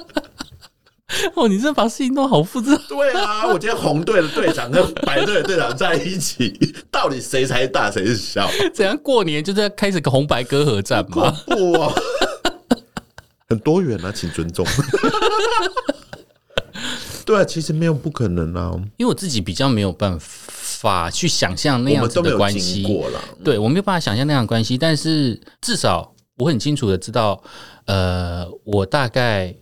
Speaker 2: *laughs*
Speaker 1: 哦，你这把事情弄好复杂。
Speaker 2: 对啊，我今天红队的队长跟白队的队长在一起，到底谁才大谁是小？
Speaker 1: 怎样过年就是要开始个红白歌合战
Speaker 2: 恐
Speaker 1: 嘛？
Speaker 2: 怖哦， *laughs* 很多元啊，请尊重。 *laughs* 对啊，其实没有不可能啊，
Speaker 1: 因为我自己比较没有办法去想象那
Speaker 2: 我
Speaker 1: 样
Speaker 2: 们
Speaker 1: 子
Speaker 2: 都没
Speaker 1: 的
Speaker 2: 有
Speaker 1: 关
Speaker 2: 经
Speaker 1: 系，
Speaker 2: 过啦。
Speaker 1: 对我没有办法想象那样的关系，但是至少我很清楚的知道，呃，我大概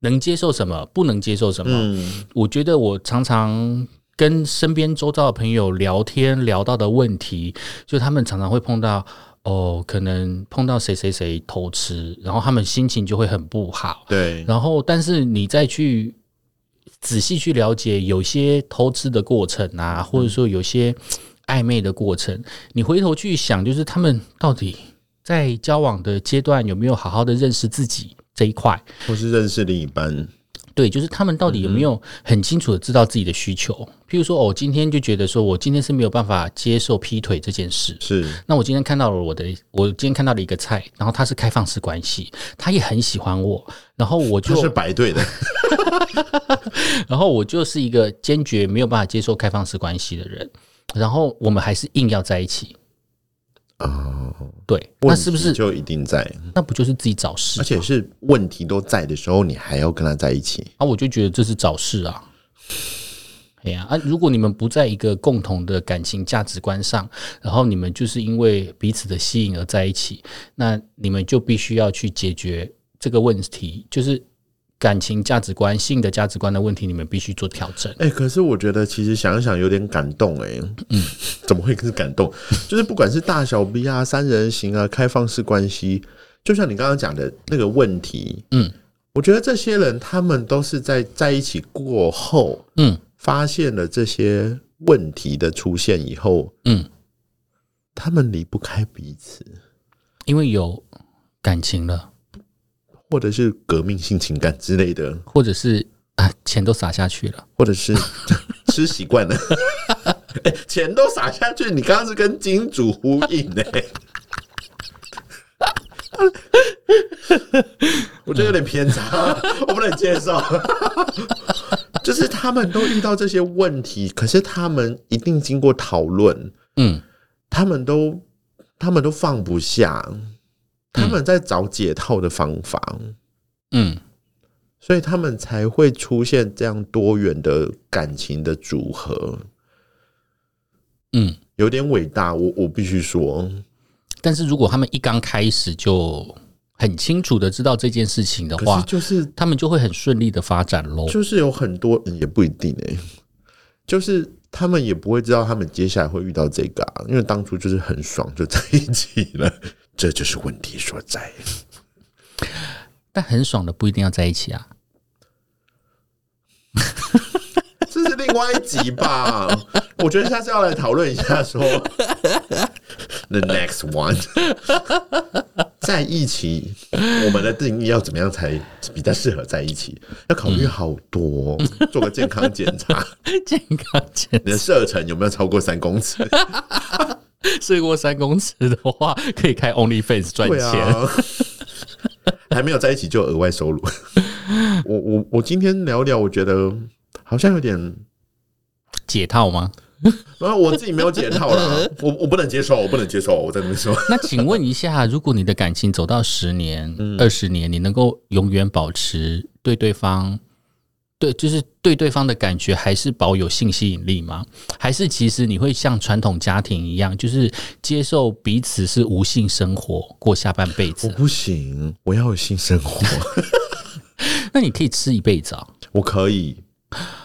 Speaker 1: 能接受什么，不能接受什么。
Speaker 2: 嗯，
Speaker 1: 我觉得我常常跟身边周遭的朋友聊天聊到的问题，就他们常常会碰到哦，可能碰到谁谁谁偷吃，然后他们心情就会很不好。
Speaker 2: 对，
Speaker 1: 然后，但是你再去仔细去了解有些偷吃的过程啊，或者说有些嘖暧昧的过程，你回头去想，就是他们到底在交往的阶段有没有好好的认识自己这一块？
Speaker 2: 或是认识另一半，
Speaker 1: 对，就是他们到底有没有很清楚的知道自己的需求？譬如说，我、今天就觉得说我今天是没有办法接受劈腿这件事，
Speaker 2: 是
Speaker 1: 那我今天看到了我的，我今天看到了一个菜，然后他是开放式关系，他也很喜欢我，然后我
Speaker 2: 就
Speaker 1: 就是
Speaker 2: 白对 *laughs* 的，
Speaker 1: 然后我就是一个坚决没有办法接受开放式关系的人，然后我们还是硬要在一起，
Speaker 2: 哦，
Speaker 1: 对，那是不
Speaker 2: 问
Speaker 1: 是
Speaker 2: 题就一定在？
Speaker 1: 那不就是自己找事
Speaker 2: 而？且是问题都在的时候，你还要跟他在一起，
Speaker 1: 啊，我就觉得这是找事啊。哎呀啊！如果你们不在一个共同的感情价值观上，然后你们就是因为彼此的吸引而在一起，那你们就必须要去解决这个问题，就是感情价值观、性的价值观的问题，你们必须做调整。
Speaker 2: 哎、可是我觉得其实想一想有点感动哎、嗯，怎么会是感动？ *laughs* 就是不管是大小 B 啊、三人行啊、开放式关系，就像你刚刚讲的那个问题，
Speaker 1: 嗯，
Speaker 2: 我觉得这些人他们都是在在一起过后
Speaker 1: 嗯
Speaker 2: 发现了这些问题的出现以后，
Speaker 1: 嗯，
Speaker 2: 他们离不开彼此，
Speaker 1: 因为有感情了，
Speaker 2: 或者是革命性情感之类的，
Speaker 1: 或者是啊钱都撒下去了，
Speaker 2: 或者是吃习惯了。哎钱都撒下去，你刚刚是跟金主呼应欸呢、我觉得有点偏差，我不能接受。就是他们都遇到这些问题，可是他们一定经过讨论，
Speaker 1: 嗯，
Speaker 2: 他们都他们都放不下，他们在找解套的方法。
Speaker 1: 嗯，
Speaker 2: 所以他们才会出现这样多元的感情的组合。
Speaker 1: 嗯，
Speaker 2: 有点伟大，我我必须说，
Speaker 1: 但是如果他们一刚开始就很清楚的知道这件事情的
Speaker 2: 可
Speaker 1: 话
Speaker 2: 是，就是
Speaker 1: 他们就会很顺利的发展喽。
Speaker 2: 就是有很多、嗯也不一定哎、就是他们也不会知道他们接下来会遇到这个、啊，因为当初就是很爽就在一起了，这就是问题所在。
Speaker 1: 但很爽的不一定要在一起啊。 *laughs*
Speaker 2: 这是另外一
Speaker 1: *laughs*
Speaker 2: 集吧？我觉得下次要来讨论一下说 the next one，在一起，我们的定义要怎么样才比较适合在一起？要考虑好多，做个健康检查，
Speaker 1: 健康检
Speaker 2: 你的射程有没有超过三公尺？
Speaker 1: 试过三公尺的话，可以开 OnlyFans *laughs* 赚
Speaker 2: 对
Speaker 1: 钱。
Speaker 2: 啊，还没有在一起就有额外收入。
Speaker 1: *laughs*
Speaker 2: 我我我今天聊聊，我觉得好像有点
Speaker 1: 解套吗？
Speaker 2: 然后我自己没有解套啦，我我不能接受，我不能接受，我在那边说，
Speaker 1: *laughs* 那请问一下，如果你的感情走到十年、
Speaker 2: 嗯
Speaker 1: 二十、年，你能够永远保持对对方，对，就是对对方的感觉，还是保有性吸引力吗？还是其实你会像传统家庭一样，就是接受彼此是无性生活，过下半辈
Speaker 2: 我
Speaker 1: 子？
Speaker 2: 不行，我要有性生活，
Speaker 1: *laughs*
Speaker 2: *laughs*
Speaker 1: 那你可以吃一辈子啊！
Speaker 2: 我可以，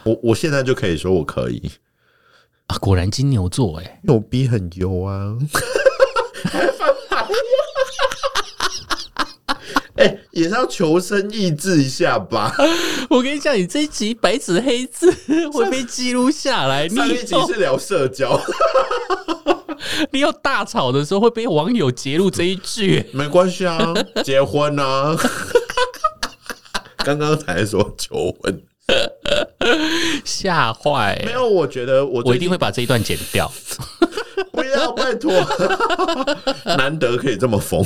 Speaker 2: 我我现在就可以说我可以，
Speaker 1: 啊果然金牛座哎、
Speaker 2: 因为我逼很油啊。 *laughs* 哎、也是要求生意志一下吧。
Speaker 1: 哎我跟你讲，你这一集白纸黑字会被记录下来。你
Speaker 2: 上一集
Speaker 1: 以后
Speaker 2: 是聊社交，
Speaker 1: 你要大吵的时候会被网友揭露这一句。
Speaker 2: 没关系啊，结婚
Speaker 1: *laughs*
Speaker 2: 啊。刚刚才说求婚，
Speaker 1: 吓坏、欸
Speaker 2: 没有，我觉得我最
Speaker 1: 我一
Speaker 2: 近
Speaker 1: 定会把这一段剪掉。
Speaker 2: 不要，拜托，难得可以这么疯。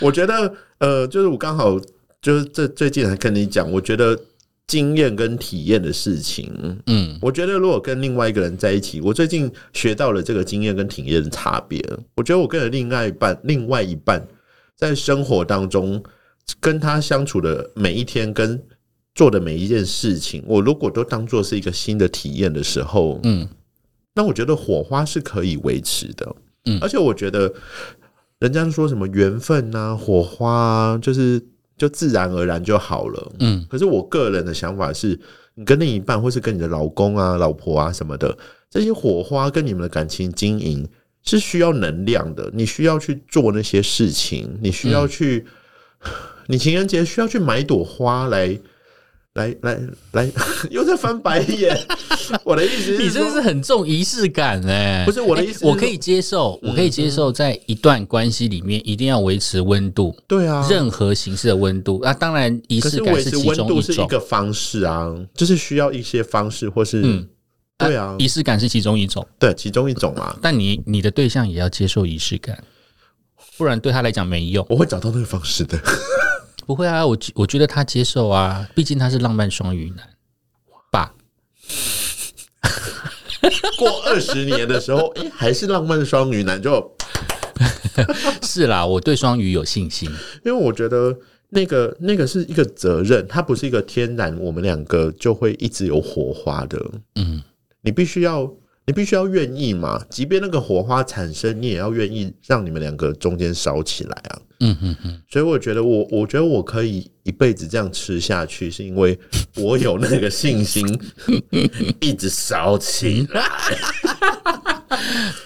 Speaker 2: 我觉得，呃，就是我刚好就是这最近还跟你讲，我觉得经验跟体验的事情，
Speaker 1: 嗯
Speaker 2: 我觉得如果跟另外一个人在一起，我最近学到了这个经验跟体验的差别。我觉得我跟另外一半，另外一半在生活当中跟他相处的每一天跟。做的每一件事情，我如果都当做是一个新的体验的时候，
Speaker 1: 嗯
Speaker 2: 那我觉得火花是可以维持的，
Speaker 1: 嗯
Speaker 2: 而且我觉得人家说什么缘分啊、火花啊，就是就自然而然就好了。
Speaker 1: 嗯
Speaker 2: 可是我个人的想法是，你跟另一半或是跟你的老公啊、老婆啊什么的，这些火花跟你们的感情经营是需要能量的，你需要去做那些事情，你需要去，你情人节需要去买一朵花来。来来来， *laughs* 又在翻白眼。我的意思
Speaker 1: 你
Speaker 2: 是说，
Speaker 1: 真的是很重仪式感哎、
Speaker 2: 不是我的意思是嗯
Speaker 1: 我可以接受，我可以接受，在一段关系里面一定要维持温度，
Speaker 2: 对啊，
Speaker 1: 任何形式的温度。那当然，仪
Speaker 2: 可
Speaker 1: 式
Speaker 2: 是
Speaker 1: 感
Speaker 2: 维
Speaker 1: 是
Speaker 2: 持
Speaker 1: 其
Speaker 2: 温
Speaker 1: 中
Speaker 2: 度是一
Speaker 1: 种。
Speaker 2: 个方式啊，就是需要一些方式，或是、
Speaker 1: 嗯
Speaker 2: 对啊，
Speaker 1: 仪式感是其中一种，
Speaker 2: 对其中一种嘛。
Speaker 1: 但你你的对象也要接受仪式感，不然对他来讲没用。
Speaker 2: 我会找到那个方式的。 *laughs*
Speaker 1: 不会啊，我觉我觉得他接受啊，毕竟他是浪漫双鱼男吧。
Speaker 2: 过二十年的时候，哎、还是浪漫双鱼男，就
Speaker 1: 是啦，我对双鱼有信心。
Speaker 2: 因为我觉得那个那个是一个责任，它不是一个天然，我们两个就会一直有火花的。
Speaker 1: 嗯，
Speaker 2: 你必须要，你必须要愿意嘛，即便那个火花产生，你也要愿意让你们两个中间烧起来啊。
Speaker 1: 嗯哼哼，
Speaker 2: 所以我觉得我，我觉得我可以一辈子这样吃下去，是因 *laughs* 为我有那个信 *laughs* 心，一直烧起来。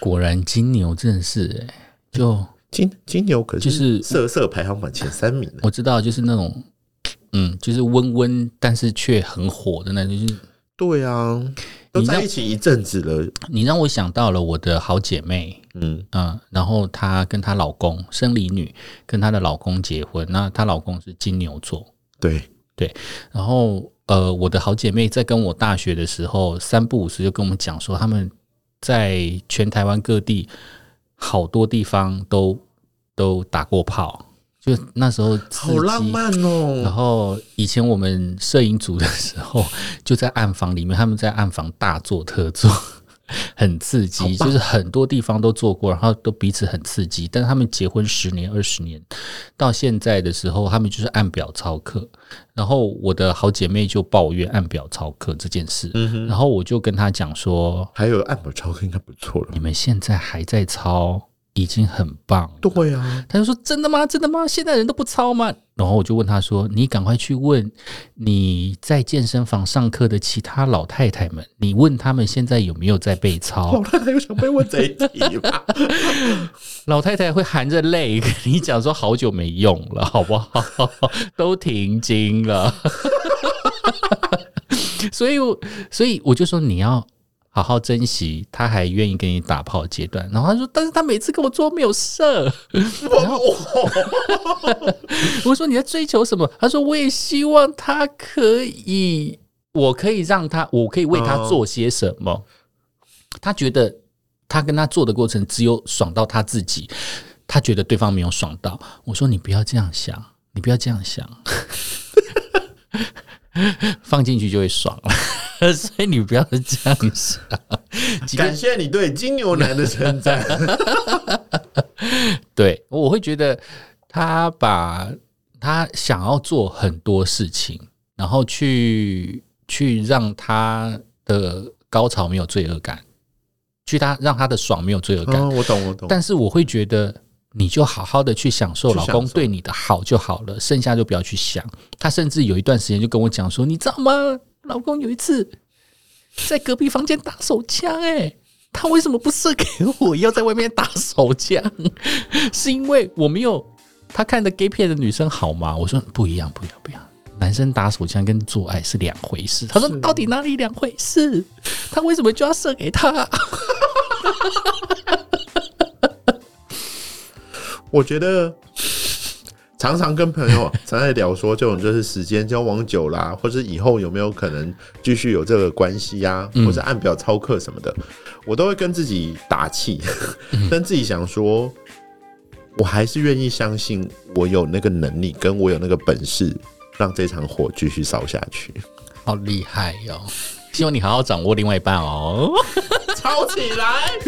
Speaker 1: 果然金牛真的是、欸，就
Speaker 2: 金金牛可
Speaker 1: 就是
Speaker 2: 是色色排行榜前三名呢，
Speaker 1: 我知道，就是那种，嗯，就是温温，但是却很火的那种。就是
Speaker 2: 对啊，都
Speaker 1: 你知道
Speaker 2: 在一起一阵子了，
Speaker 1: 你让我想到了我的好姐妹，
Speaker 2: 嗯，
Speaker 1: 嗯，然后她跟她老公生理女跟她的老公结婚，那她老公是金牛座，
Speaker 2: 对，
Speaker 1: 然后呃，我的好姐妹在跟我大学的时候，三不五时就跟我们讲说，他们在全台湾各地好多地方都都打过炮，就那时候刺
Speaker 2: 好浪
Speaker 1: 激
Speaker 2: 漫啊
Speaker 1: 然
Speaker 2: 哦、
Speaker 1: 后以前我们摄影组的时候， *laughs* 就在暗房里面，他们在暗房大做特做， *laughs* 很刺
Speaker 2: 好
Speaker 1: 激，
Speaker 2: 棒
Speaker 1: 就是很多地方都做过，然后都彼此很刺激。但是他们结婚十年、二十年，到现在的时候，他们就是按表操课。然后我的好姐妹就抱怨按表操课这件事，
Speaker 2: 嗯
Speaker 1: 然后我就跟她讲说，
Speaker 2: 还有按摩超应该不错了
Speaker 1: 你。们现在还在操，已经很棒了。
Speaker 2: 对啊，
Speaker 1: 他就说：“真的吗？真的吗？现在人都不操吗？”然后我就问他说：“你赶快去问你在健身房上课的其他老太太们，你问他们现在有没有在被
Speaker 2: 老
Speaker 1: 操
Speaker 2: 太太又想被问这一题 *laughs* 吧？？”
Speaker 1: 老太太会含着泪跟 *laughs* 你讲说：“好久没用了，好不好？ *laughs* 都停经了。”所以我，所以我就说你要。好好珍惜，他还愿意跟你打炮的阶段。然后他说：“但是他每次跟我做没有射。”我说你在追求什么？他说我也希望他可以，我可以让他，我可以为他做些什么。他觉得他跟他做的过程只有爽到他自己，他觉得对方没有爽到。我说你不要这样想，你不要这样想， *laughs* 放进去就会爽了， *laughs* 所以你不要这样想。即便
Speaker 2: 感谢你对金牛男的称赞。
Speaker 1: 对，我会觉得他把他想要做很多事情，然后去去让他的高潮没有罪恶感，去他让他的爽没有罪恶
Speaker 2: *laughs*
Speaker 1: 感。
Speaker 2: 哦，我懂，我懂。
Speaker 1: 但是我会觉得，你就好好的去享受
Speaker 2: 去
Speaker 1: 老
Speaker 2: 享
Speaker 1: 公
Speaker 2: 受
Speaker 1: 对你的好就好了，剩下就不要去想。他甚至有一段时间就跟我讲说，你知道吗？老公有一次在隔壁房间打手枪、哎。他为什么不射给我？要在外面打手枪？ *laughs* 是因为我没有他看的 gay 片的女生好吗？我说不一样，不一样，不一样。男生打手枪跟做爱是两回事。他说到底哪里两回事？他为什么就要射给他？
Speaker 2: 我觉得常常跟朋友 *laughs* 常在聊说，这种就是时间交往久啦、或者以后有没有可能继续有这个关系呀、或者按表操课什么的，我都会跟自己打气，跟自己想说，我还是愿意相信我有那个能力，跟我有那个本事，让这场火继续烧下 *laughs* 去。
Speaker 1: 好厉害哟、希望你好好掌握另外一半哦。
Speaker 2: 吵起来！